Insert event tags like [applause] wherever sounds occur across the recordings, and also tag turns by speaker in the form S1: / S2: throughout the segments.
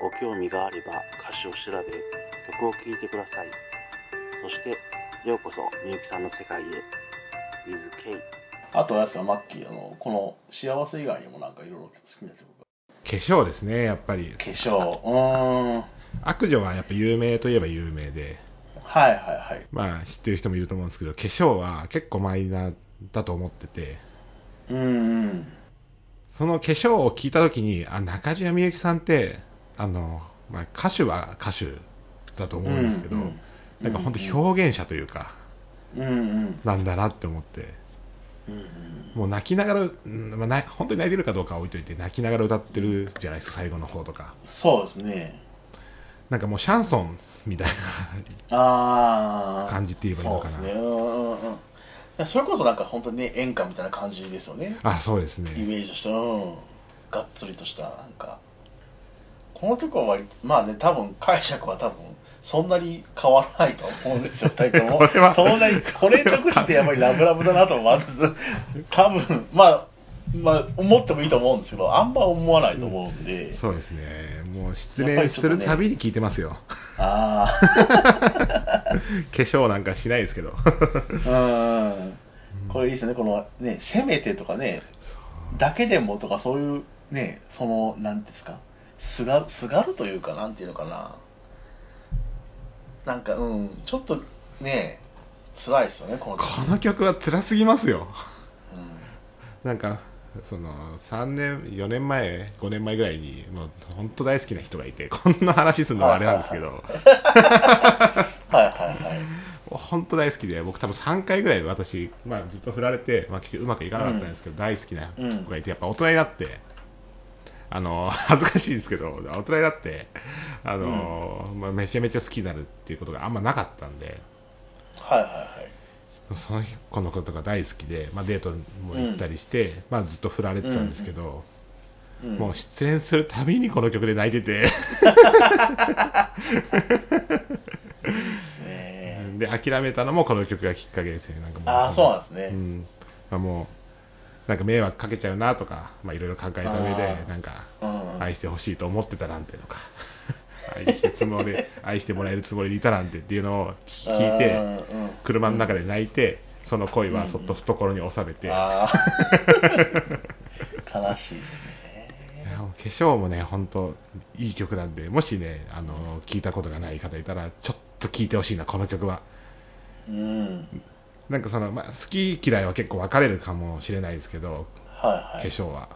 S1: ご興味があれば歌詞を調べ、曲を聴いてください。そして、ようこそみゆきさんの世界へ。with K。
S2: あと、あれですか、マッキー、あの、この幸せ以外にもなんかいろいろ好きな曲が。
S3: 化粧ですね、やっぱり。
S2: 化粧、うーん。
S3: 悪女はやっぱ有名といえば有名で、
S2: はいはいはい。
S3: まあ知ってる人もいると思うんですけど、化粧は結構マイナーだと思ってて、
S2: うんうん。
S3: その化粧を聞いたときに、あ、中島みゆきさんって、あの、まあ歌手は歌手だと思うんですけど、
S2: うんうん
S3: なんか本当表現者というか、
S2: うんうん。
S3: なんだなって思って、
S2: うんうん
S3: もう泣きながら、うんまあな、本当に泣いてるかどうかは置いといて、泣きながら歌ってるじゃないですか、最後の方とか。
S2: そうですね。
S3: なんかもうシャンソンみたい
S2: あ
S3: な
S2: あ。
S3: 感じって言えばいいのかな。
S2: そうですね。うんうんうん。それこそなんか本当にね演歌みたいな感じですよね。
S3: あ、そうです
S2: イ
S3: ね。
S2: メージとして、うん。がっつりとした、なんか。この曲は割と、まあね、多分解釈は多分、そんなに変わらないと思うん
S3: [laughs]
S2: ですよ、二人とも。
S3: これは
S2: そんなに、これ直してやっぱりラブラブだなと思わ
S3: [laughs]
S2: ず、多分、まあ、まあ、思ってもいいと思うんですけど、あんま思わないと思うんで。
S3: そうですね。もう失
S2: や
S3: 恋
S2: っぱりちょ
S3: す
S2: っとね
S3: るたびに聞いてますよ。
S2: ああ。
S3: 化粧なんかしないですけど。 [laughs]
S2: うん。これいいですよね、このね、せめてとかね、だけでもとか、そういうね、その、なんていうんですか、すがすがるというか、なんていうのかな、なんか、うん、ちょっとね、辛いですよね、この
S3: こ
S2: 時
S3: の曲は辛すぎますよ。
S2: うん
S3: なんか、その、3年、4年前、5年前ぐらいに、もう本当大好きな人がいて、こんな話するのはあれなんですけど、
S2: はいはいはい。
S3: 本当大好きで、僕多分3回ぐらい私、まあずっと振られて、まあ結局うまくいかなかったんですけど、大好きな子がいて、やっぱ大人になって、あの、恥ずかしいですけど、大人になって、あの、まあめちゃめちゃ好きになるっていうことがあんまなかったんで、
S2: はいはいはい。
S3: その子のことが大好きで、まあ、デートも行ったりして、まあ、ずっと振られてたんですけど、
S2: うん
S3: もう出演するたびにこの曲で泣いてて、
S2: ですね。
S3: で諦めたのもこの曲がきっかけですねなんかも
S2: あーそうなんですね
S3: んまあ、もうなんか迷惑かけちゃうなとかまあいろいろ考えた上
S2: あ
S3: で
S2: ー
S3: なんか
S2: うん
S3: 愛してほしいと思ってたなんてとか [laughs] 愛してつもり愛してもらえるつもりでいたなんてっていうのを聞いて
S2: うんうん
S3: 車の中で泣いてその恋はそっと懐に収めて、
S2: ああ。 [laughs] 悲しいです
S3: いや
S2: ね。
S3: 化粧もね、本当いい曲なんで、もしね、あの、聞いたことがない方いたら、ちょっと聞いてほしいな、この曲は。
S2: うん。
S3: なんかその、まあ、好き嫌いは結構分かれるかもしれないですけど、
S2: はいはい。
S3: 化粧は。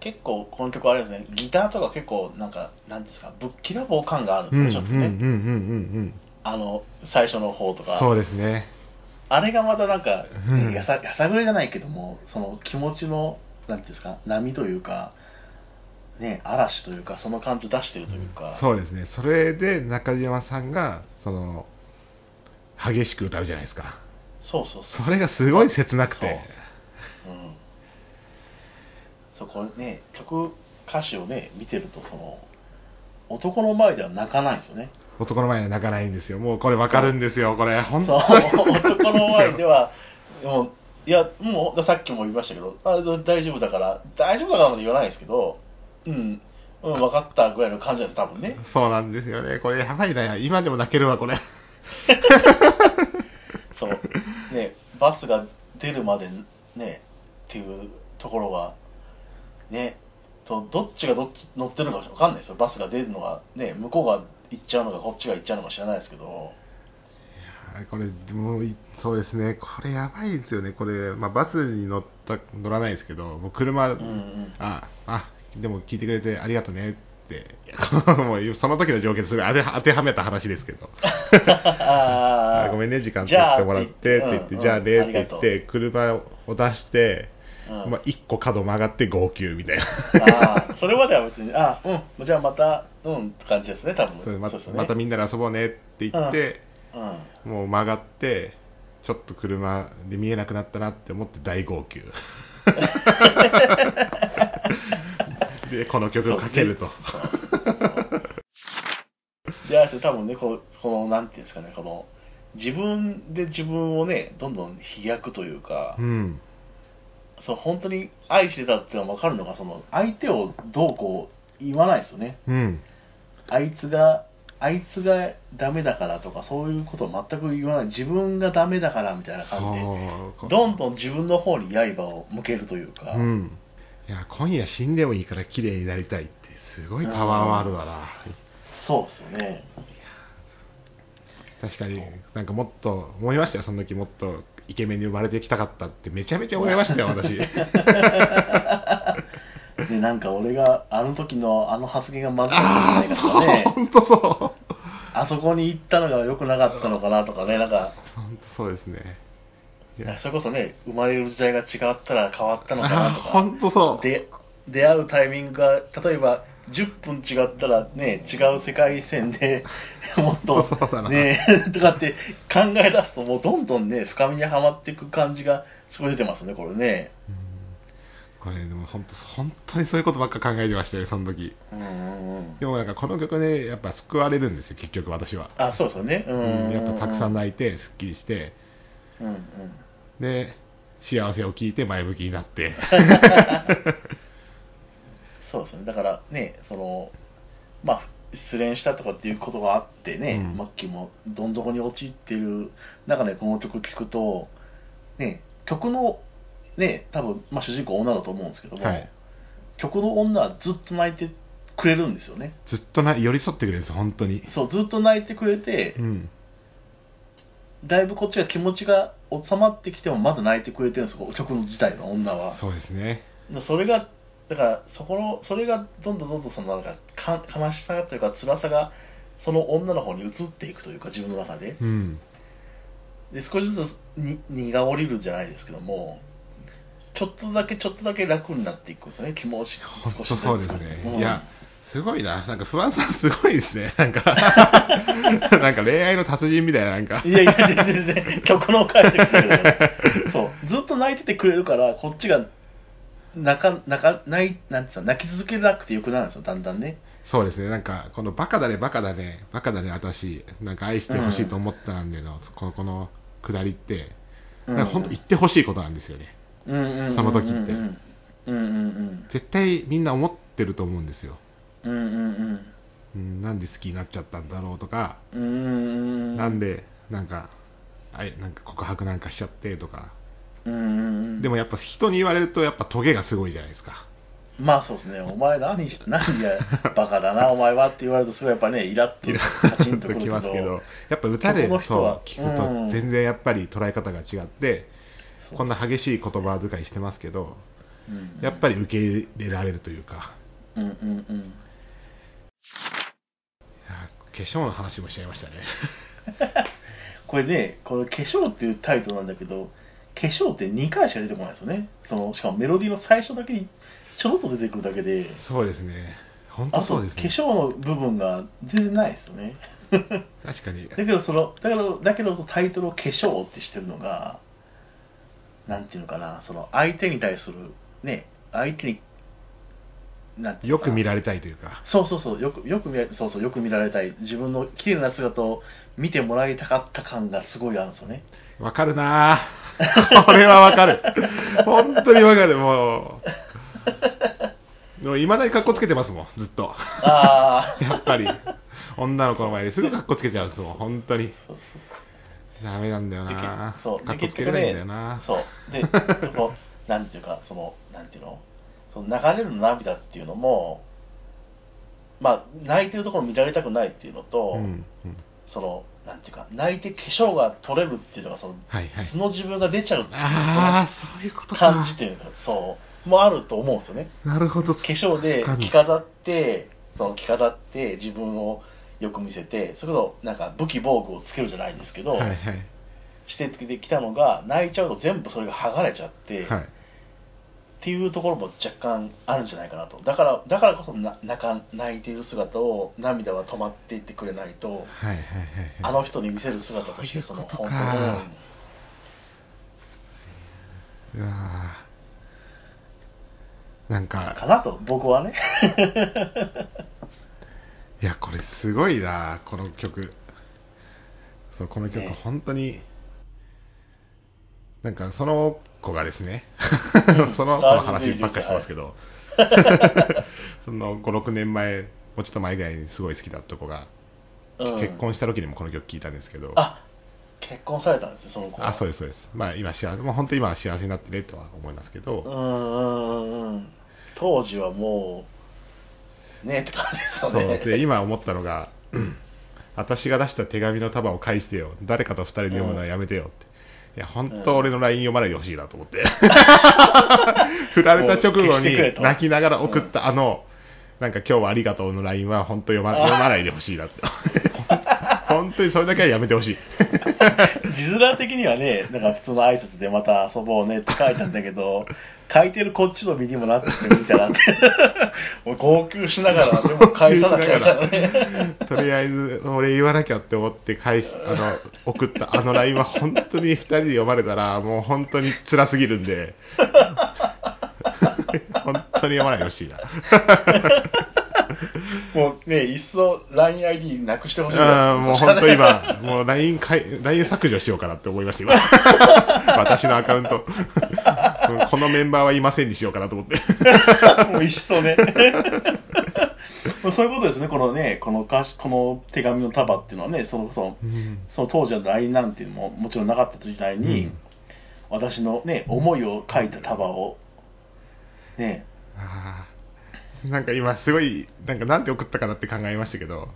S2: 結構この曲あれですねギターとか結構なんかなんですかぶっきらぼう感がある
S3: うんん、う
S2: で
S3: ん、
S2: す
S3: うん、う
S2: よ
S3: ん
S2: ちょっと
S3: う
S2: ね、、
S3: ん、
S2: あの最初の方と
S3: うん。
S2: か
S3: そうですね。
S2: あれがまたなんか、
S3: うん
S2: やさやさぐれじゃないけどもその気持ちのなんていうんですか波というかね嵐というかその感じ出してるというか、
S3: そうですね。それで中島さんが、その、激しく歌うじゃないですか。
S2: そうそうそう
S3: それがすごい切なくて。
S2: うん、そうこれね曲歌詞をね見てるとその男の前では泣かないんですよね
S3: 男の前には泣かないんですよ。もうこれ分かるんですよ、これ。本
S2: [laughs] そう
S3: 当
S2: 男の前では、もういや、もうさっきも言いましたけど、あ大丈夫だから、大丈夫だからまで言わないですけど、うん、うん、分かったぐらいの感じだった、多分ね。
S3: そうなんですよね。これやばいな。今でも泣けるわ、これ。
S2: [laughs] そうね、バスが出るまでね、っていうところが、ね、とどっちがどっち乗ってるのか分かんないですよ、バスが出るのが、ね、向こうが行っちゃうのか、こっちが行っちゃうのか知らないですけど、
S3: はいこれもういそうですね、これやばいですよね、これ、まあ、バスに乗った乗らないですけど、もう車、
S2: うんうん
S3: ああでも聞いてくれてありがとねって、 [laughs] もうその時の情景とすごい当て当てはめた話ですけど、
S2: [laughs] あ
S3: あごめん
S2: ね、
S3: ね、時間
S2: じ
S3: 使
S2: ゃあ
S3: ってもらってって言って、じゃあね
S2: うんうん
S3: って言って、車を出して、
S2: うん
S3: まあ、1個角曲がって号泣みたいな。
S2: ああ、それまでは別に、ああうん、じゃあまた、うんって感じですね、多分
S3: そ [laughs] れま
S2: そうですね
S3: またみんなで遊ぼうねって言って、
S2: うん、
S3: もう曲がって、ちょっと車で見えなくなったなって思って大号
S2: [laughs]
S3: 泣。で、この曲をかけると。
S2: で、あれですね多分ねこう、この、なんていうんですかね、この、自分で自分をね、どんどん飛躍というか、
S3: うん。
S2: そう本当に愛してたっていうのが分かるのが、その、相手をどうこう言わないですよね。
S3: うん。
S2: あいつが、あいつがダメだからとか、そういうことを全く言わない。自分がダメだからみたいな感じで、
S3: そう
S2: どんどん自分の方に刃を向けるというか、
S3: うん。いや、今夜死んでもいいから綺麗になりたいって、すごいパワーワードだな。
S2: そうですよね。
S3: 確かに、なんかもっと思いましたよ、その時もっとイケメンに生まれてきたかったって、めちゃめちゃ思いました [laughs] よ、私。
S2: で、なんか俺が、あの時のあの発言がまずかった
S3: あ
S2: んじゃないかとか
S3: あ、
S2: ね、
S3: 本当そう。
S2: あそこに行ったのが良くなかったのかなとかね、なんか、
S3: 本当そうですね。いや
S2: それこそね、生まれる時代が違ったら変わったのかなと
S3: ああ、
S2: か、
S3: 本当そう。
S2: で出会うタイミングが、例えば10分違ったらね、違う世界線で [laughs] もっと
S3: そうだな
S2: ね、とかって考え出すと、もうどんどんね、深みにはまっていく感じがすごい出てますね、これね。
S3: うんこれでも本当本当にそういうことばっか考えてましたよ、その時
S2: うんうんうん
S3: でもなんかこの曲ね、やっぱ救われるんですよ、結局私は。
S2: あ、そうですよね。う。
S3: うんんやっぱたくさん泣いて、すっきりして、
S2: うんうん。
S3: で、幸せを聞いて前向きにな [laughs] って。
S2: そうですね。だからね、その、まあ、失恋したとかっていうことがあってね、
S3: うん
S2: マッキーもどん底に陥ってる中でこの曲聴くと、ね、曲の、ね、多分、まあ、主人公女だと思うんですけども、
S3: はい
S2: 曲の女はずっと泣いてくれるんですよね。
S3: ずっとな寄り添ってくれるんですよ、本当に。
S2: そう、ずっと泣いてくれて
S3: う、ん。
S2: だいぶこっちが気持ちが収まってきても、まだ泣いてくれてるんですよ、曲の自体の女は。
S3: そうですね。
S2: でそれがだからそこのそれがどんどんどんどんそのなんかか悲しさというか辛さがその女の方に移っていくというか自分の中で
S3: うん。
S2: で少しずつに荷が下りるじゃないですけどもちょっとだけちょっとだけ楽になっていくんですよね気持ち
S3: 本
S2: 少し
S3: 当
S2: ずつ
S3: そうですね。
S2: うん
S3: いや、すごいな。なんか不安さんすごいですね。
S2: [laughs]
S3: なんか、なんか恋愛の達人みたいな、なんか
S2: い。やいや全然全然曲の解釈してるけどそうずっと泣いててくれるからこっちが泣か泣かないなんていうの泣き続けなくてよくなるんですよだんだんね
S3: そうですね。なんか、このバカだね、バカだね、バカだね、私。なんか愛してほしいと思ったんだけど、この、この下りって、なんか本当言ってほしいことなんですよね。
S2: うんうんうんうんうん
S3: その時って
S2: うんうんうん
S3: 絶対みんな思ってると思うんですよ。
S2: うんうんうん
S3: うん、なんで好きになっちゃったんだろうとか、
S2: うんうん
S3: なんで、なんか、あいなんか告白なんかしちゃってとか。
S2: うんうんうん
S3: でもやっぱ人に言われると、やっぱトゲがすごいじゃないですか。
S2: まあそうですねお前何し何がバカだなお前はって言われるとすごいやっぱねイラってパチンとくる
S3: き
S2: け
S3: ますけ
S2: ど
S3: ど、やっぱ歌で
S2: そこ
S3: そ
S2: の
S3: う
S2: 人は
S3: 聞
S2: う
S3: く
S2: ん
S3: と、全然やっぱり捉え方が違って、
S2: そう
S3: こんな激しい言葉遣いしてますけど、
S2: うん
S3: やっぱり受け入れられるというか、
S2: うんうんうん
S3: いや化粧の話もしちゃいましたね。
S2: これねこの「化粧」っていうタイトルなんだけど化粧って2回しか出てこないですよねそのしかもメロディーの最初だけにちょろっと出てくるだけで
S3: そうですね。本当
S2: あと
S3: そう
S2: 化
S3: ですね。
S2: 粧の部分が全然ないですよね
S3: 確かに。
S2: だけどそのだけどだけどタイトルを「化粧」ってしてるのがなんていうのかなその相手に対するね相手になんていう
S3: よ
S2: のか
S3: く
S2: な
S3: 見られたいというか。
S2: そうそうそうよくよく見らそうそうよく見られたい自分の綺麗な姿を見てもらいたかった感がすごいあるんですよ
S3: [laughs]
S2: ね
S3: わかるなぁ。こ [laughs] れはわかる。本当にわかる、もう。でも、いまだに格好つけてますもん、ずっと。
S2: ああ
S3: [laughs] やっぱり。女の子の前ですぐ格好つけちゃうんですもん、本当に。
S2: そう
S3: ダメなんだよ
S2: そうで
S3: な
S2: け
S3: ぁ。
S2: そうで
S3: 格好つ
S2: 結
S3: けれ
S2: 局
S3: ない
S2: ね
S3: んだよなぁ。
S2: そうでそうなんていうかそのなんていうのその流れる涙っていうのもまあ泣いてるところ見られたくないっていうのと、
S3: うんうん
S2: そのなんていうか泣いて化粧が取れるっていうのがその、
S3: はいはい
S2: 素の自分が出ちゃうっていう
S3: ああ、そういうこと
S2: その
S3: か。
S2: 感じっていうのがそうもあると思うんですよね
S3: なるほど。
S2: 化粧で
S3: 確かに
S2: 着飾ってその着飾って自分をよく見せてそれこそなんか武器防具をつけるじゃないんですけど、
S3: はいはい。
S2: してきたのが泣いちゃうと全部それが剥がれちゃって、
S3: はい。
S2: っていうところも若干あるんじゃないかなとだからだからこそな泣か泣いている姿を涙は止まっていってくれないと
S3: はいはいはい
S2: あの人に見せる姿としてその
S3: そういう
S2: 本
S3: こと
S2: 当
S3: か
S2: の
S3: うわーなん
S2: か
S3: か
S2: なと僕はね
S3: いやこれすごいなこの曲そうこの曲
S2: ね
S3: 本当に、なんかその子がですね [laughs] その子の話ばっかりしてますけど [laughs] その56年前もうちょっと前ぐらいにすごい好きだった子が、
S2: うん
S3: 結婚した時にもこの曲聴いたんですけど
S2: あ結婚されたんですねその子
S3: あそうで
S2: う
S3: すそうですまあ今幸せもう本当に今は幸せになってねとは思いますけど、
S2: うんうんうんうん当時はもうねえって感じですよ
S3: そう
S2: ね
S3: で今思ったのがうん「私が出した手紙の束を返してよ誰かと二人で読むのはやめてよ」って、いや本当俺の LINE 読まないでほしいなと思って
S2: [laughs]
S3: 振られた直
S2: もう
S3: 後
S2: 消して
S3: に
S2: くれと
S3: 泣きながら送ったあの「なんか今日はありがとう」の LINE は本当読ま
S2: あー
S3: 読まないでほしいなって
S2: [laughs]
S3: 本当にそれだけはやめてほしい
S2: 字面的にはね、なんか普通の挨拶でまた遊ぼうねって書いたんだけ
S3: [laughs]
S2: ど、書いてるこっちの身にもなってみたらって、 [laughs] もう号泣しながら、でも返さなきゃいけないね。
S3: [laughs] とりあえず俺言わなきゃって思って返しあの送ったあの LINE は本当に2人で読まれたらもう本当に辛すぎるんで [laughs] 本当に読まないでほしいな
S2: もうね、いっそ LINEID なくしてほしいぐら
S3: あ
S2: い
S3: ーもう本当今もう LINE, かい LINE 削除しようかなって思いました今
S2: [laughs]
S3: 私のアカウントこのメンバーはいませんにしようかなと思って
S2: [laughs] もう一緒ね。もうそういうことですね、このね、この歌詞この手紙の束っていうのはね、そのそのその当時の LINE なんていうのももちろんなかった時代に、
S3: うん
S2: 私のね、思いを書いた束を、ね、
S3: あーなんか今すごいなんかなんて送ったかなって考えましたけ
S2: [laughs]
S3: ど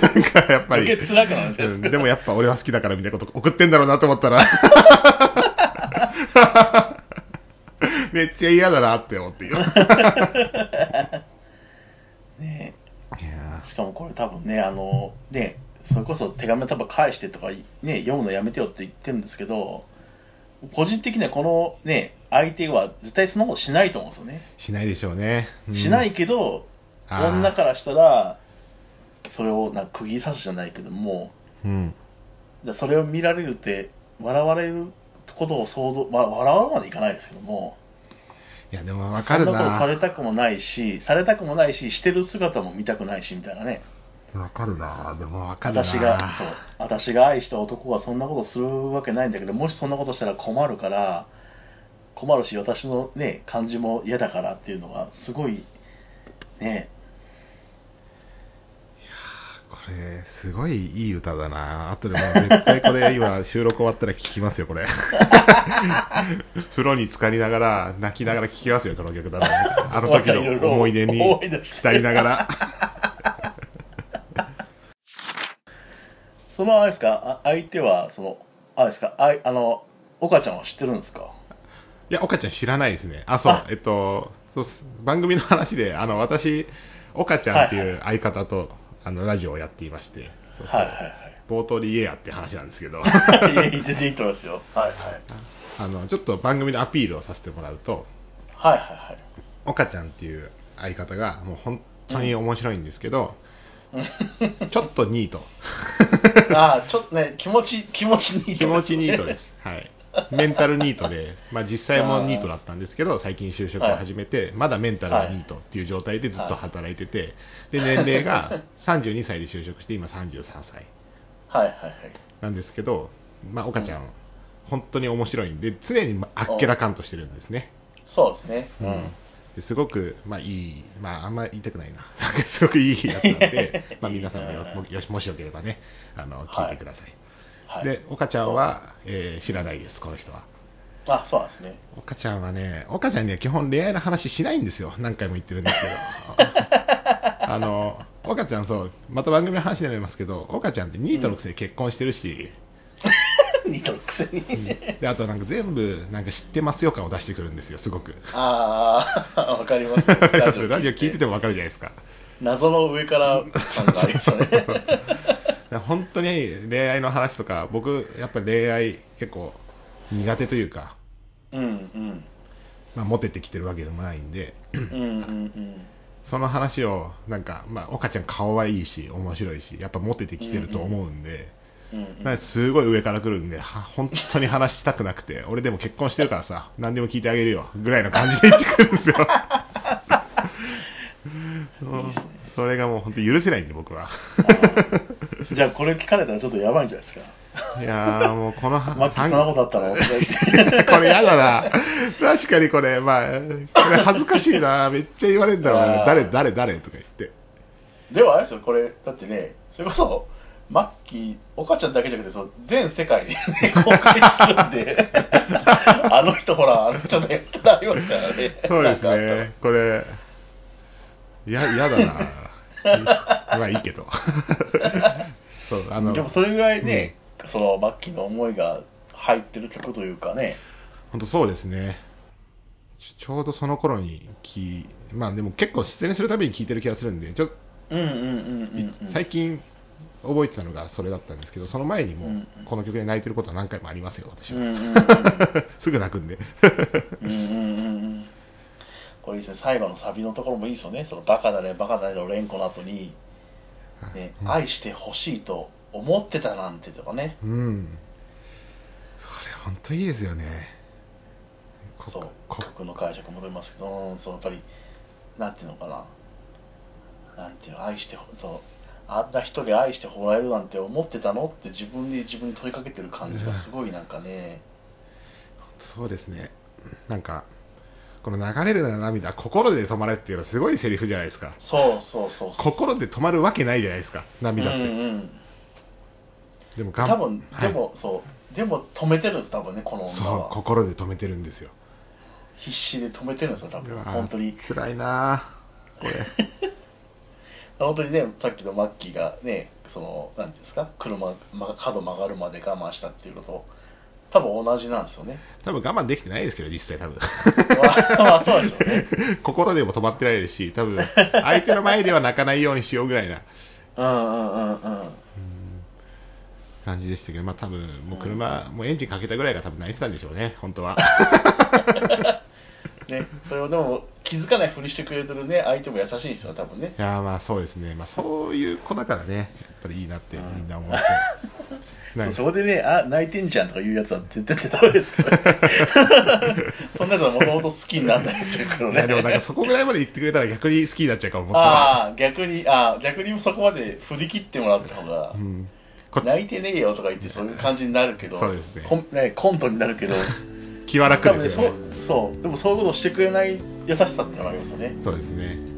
S3: なんかやっぱり
S2: 受けづらくなるんですよ
S3: うんでもやっぱ俺は好きだからみたいなこと送ってんだろうなと思った
S2: [laughs]
S3: らめっちゃ嫌だなって思ってよい
S2: ね
S3: や
S2: しかもこれ多分ね、あの、ね、それこそ手紙の束返してとか、ね、読むのやめてよって言ってるんですけど、個人的にはこのね、相手は絶対そんなことしないと思うんですよね。
S3: しないでしょうね、うん
S2: しないけど、
S3: あー
S2: 女からしたら、それをなんか釘刺すじゃないけども、
S3: うん
S2: だそれを見られるって、笑われることを想像、まあ、笑うまでいかないですけども、
S3: いやでもわかる
S2: そんなことさ
S3: な
S2: れたくもないし、されたくもないし、してる姿も見たくないしみたいなね。
S3: わかるなでもわかるな
S2: 私がそう私が愛した男がそんなことするわけないんだけどもしそんなことしたら困るから困るし私のね感じも嫌だからっていうのがすごいね
S3: これすごいいい歌だなあとでもう絶対これ今収録終わったら聴きますよこ
S2: [laughs]
S3: れ風呂に浸かりながら泣きながら聴きますよこの曲だとあの時の思い出に
S2: 思い出して
S3: 浸りながら
S2: そのあれですかあ相手はそのあれですかあいあの岡ちゃんは知ってるんですか
S3: いや岡ちゃん知らないですねあそう
S2: あ
S3: えっとそうっす番組の話であの私岡ちゃんっていう相方と、あのラジオをやっていましてそうそう
S2: はいは
S3: 冒頭で言えやって話なんです
S2: [laughs]
S3: けど
S2: いはいいや全然いいと思いますよはいはい
S3: あのちょっと番組のアピールをさせてもらうと
S2: はいはい
S3: 岡ちゃんっていう相方がもう本当に面白いんですけど、ちょっとニート
S2: はいああちょっとね気持ち気持ちに
S3: 気持ちニートです、はい、メンタルニートで、まあ、実際もニートだったんですけど最近就職を始めて、まだメンタルはニートっていう状態でずっと働いてて、で年齢が32歳で就職して今33歳
S2: はいはいはい
S3: なんですけど、まあ、岡ちゃん、本当に面白いんで常にまああっけらかんとしてるんですね。
S2: そうですねう、
S3: うんんですごく、まあ、いい、まあ、あんま言いたくないな、 [laughs] なんかすごくいいやつなん
S2: [laughs]
S3: で、まあ、皆さんもよもよしもしよければね、あの
S2: はい
S3: 聞いてください。
S2: はい
S3: で、岡ちゃんは、えー知らないです、この人は。
S2: あそうなんですね
S3: 岡ちゃんはね、岡ちゃんには基本恋愛の話しないんですよ、何回も言ってるんですけ [laughs] ど。あの岡ちゃんそうまた番組の話になりますけど岡ちゃんってニートのくせに結婚してるし、
S2: ニトのくせに
S3: であとなんか全部なんか知ってますよ感を出してくるんですよすごく
S2: ああ、わかり [laughs] ます。
S3: ラジオ聞いててもわかるじゃないですか
S2: 謎の上から感がありま [laughs] したね。
S3: 本当に恋愛の話とか僕やっぱ恋愛結構苦手というか
S2: うんうん。
S3: まあ、モテてきてるわけでもないんで、
S2: うんうん
S3: その話を、なんか、まあ、岡ちゃん顔はいいし、面白いし、やっぱモテてきてると思うんで、
S2: うんうん
S3: なんかすごい上から来るんで、は本当に話したくなくて、俺でも結婚してるからさ、何でも聞いてあげるよ、ぐらいの感じで言ってくるんですよ。もうそれがもう本当許せないんで、僕は。
S2: あーじゃあこれ聞かれたらちょっとやばいんじゃないですか
S3: いやー、もうこの
S2: マッキーそんなことあったらお願いします
S3: [laughs] これやだな。確かにこれ、まあ、これ恥ずかしいな。めっちゃ言われるんだろう
S2: あ
S3: な。
S2: ー
S3: 誰、誰、誰とか言って。
S2: でもあれですよこれだってねそれこそマッキー岡ちゃんだけじゃなくてそう全世界で、
S3: [laughs]
S2: ね、公開するんで [laughs] あの人ほらあの人ねってなりますから [laughs] ね
S3: そうです
S2: なん
S3: ね
S2: か。
S3: これ、や、やだ
S2: [laughs]
S3: な。まあいいけど。 [laughs] そう、あの、
S2: でもそれぐらいね、そのマッキーの思いが入ってる曲というかね
S3: 本当そうですね。ちちょうどその頃に聞い、まあでも結構出演するたびに聞いてる気がするんで、ちょ
S2: うんうんうんうん、うん、
S3: 最近覚えてたのがそれだったんですけど、その前にも
S2: うん
S3: この曲で泣いてることは何回もありますよ、私
S2: う
S3: は。
S2: んうんうん
S3: [laughs] すぐ泣くんで。
S2: うんうんうんうんこれいいですね最後のサビのところもいいですよね「そのバカだねバカだね」の連呼の後に、ね
S3: うん
S2: 愛してほしいと思ってたなんて」とかね
S3: うん。それ本当いいですよね。こ
S2: そう
S3: こ
S2: 曲の解釈戻りますけどうんそうやっぱりなんていうのかななんていうの愛してほそうあんな人に愛してもらえるなんて思ってたのって自分で自分に問いかけてる感じがすごいなんかね、
S3: そうですね。なんか、この流れる涙、心で止まれっていうのはすごいセリフじゃないですか。
S2: そうそうそうそう
S3: 心で止まるわけないじゃないですか、涙って。
S2: うんうん
S3: でも頑
S2: 多
S3: 張
S2: 分、
S3: はい
S2: でもそうでも止めてるんです多分ねこの女
S3: そう、
S2: は
S3: 心で止めてるんですよ。
S2: 必死で止めてるんですよ多
S3: う
S2: 分
S3: わー
S2: 本当に
S3: 辛いなぁこれ。
S2: 本当にねさっきのマッキーがねそのなんていうんですか車、ま、角曲がるまで我慢したっていうのと多分同じなんです
S3: [laughs]
S2: よね
S3: 多分我慢できてないですけど、実際多
S2: [laughs]
S3: 分。
S2: まあまあそうでしょうね
S3: 心でも止まってないですし、多分、相手の前では泣かないようにしようぐらいな。
S2: うんうんうんうん
S3: うん感じでしたけど、まあ多分もう車、もうエンジンかけたぐらいが多分泣いてたんでしょうね、本当は。
S2: ねそれをでも気づかないふりしてくれてるね相手も優しいんですよ多分ね
S3: いやーまあそうですね、まあそういう子だからね、やっぱりいいなってみんな思って。なんか
S2: そこでね、あ泣いてんじゃんとか言うやつは絶対ダメですからねそんなやつはもともと好きにならないですよ、
S3: い
S2: ね、
S3: やでもなんかそこぐらいまで言ってくれたら逆に好きになっちゃうかも思った。
S2: ああ、逆に、ああ、逆にそこまで振り切ってもらった方が
S3: う、ん、こ
S2: 泣いてねえよとか言って、そういう感じになるけど、
S3: そうですね
S2: コンねコントになるけど、
S3: 気は楽
S2: 多分
S3: で
S2: ね
S3: す
S2: そ
S3: よ
S2: う
S3: ね。
S2: そう、でもそういうことをしてくれない優しさっていうのがありますよね。
S3: そうですね。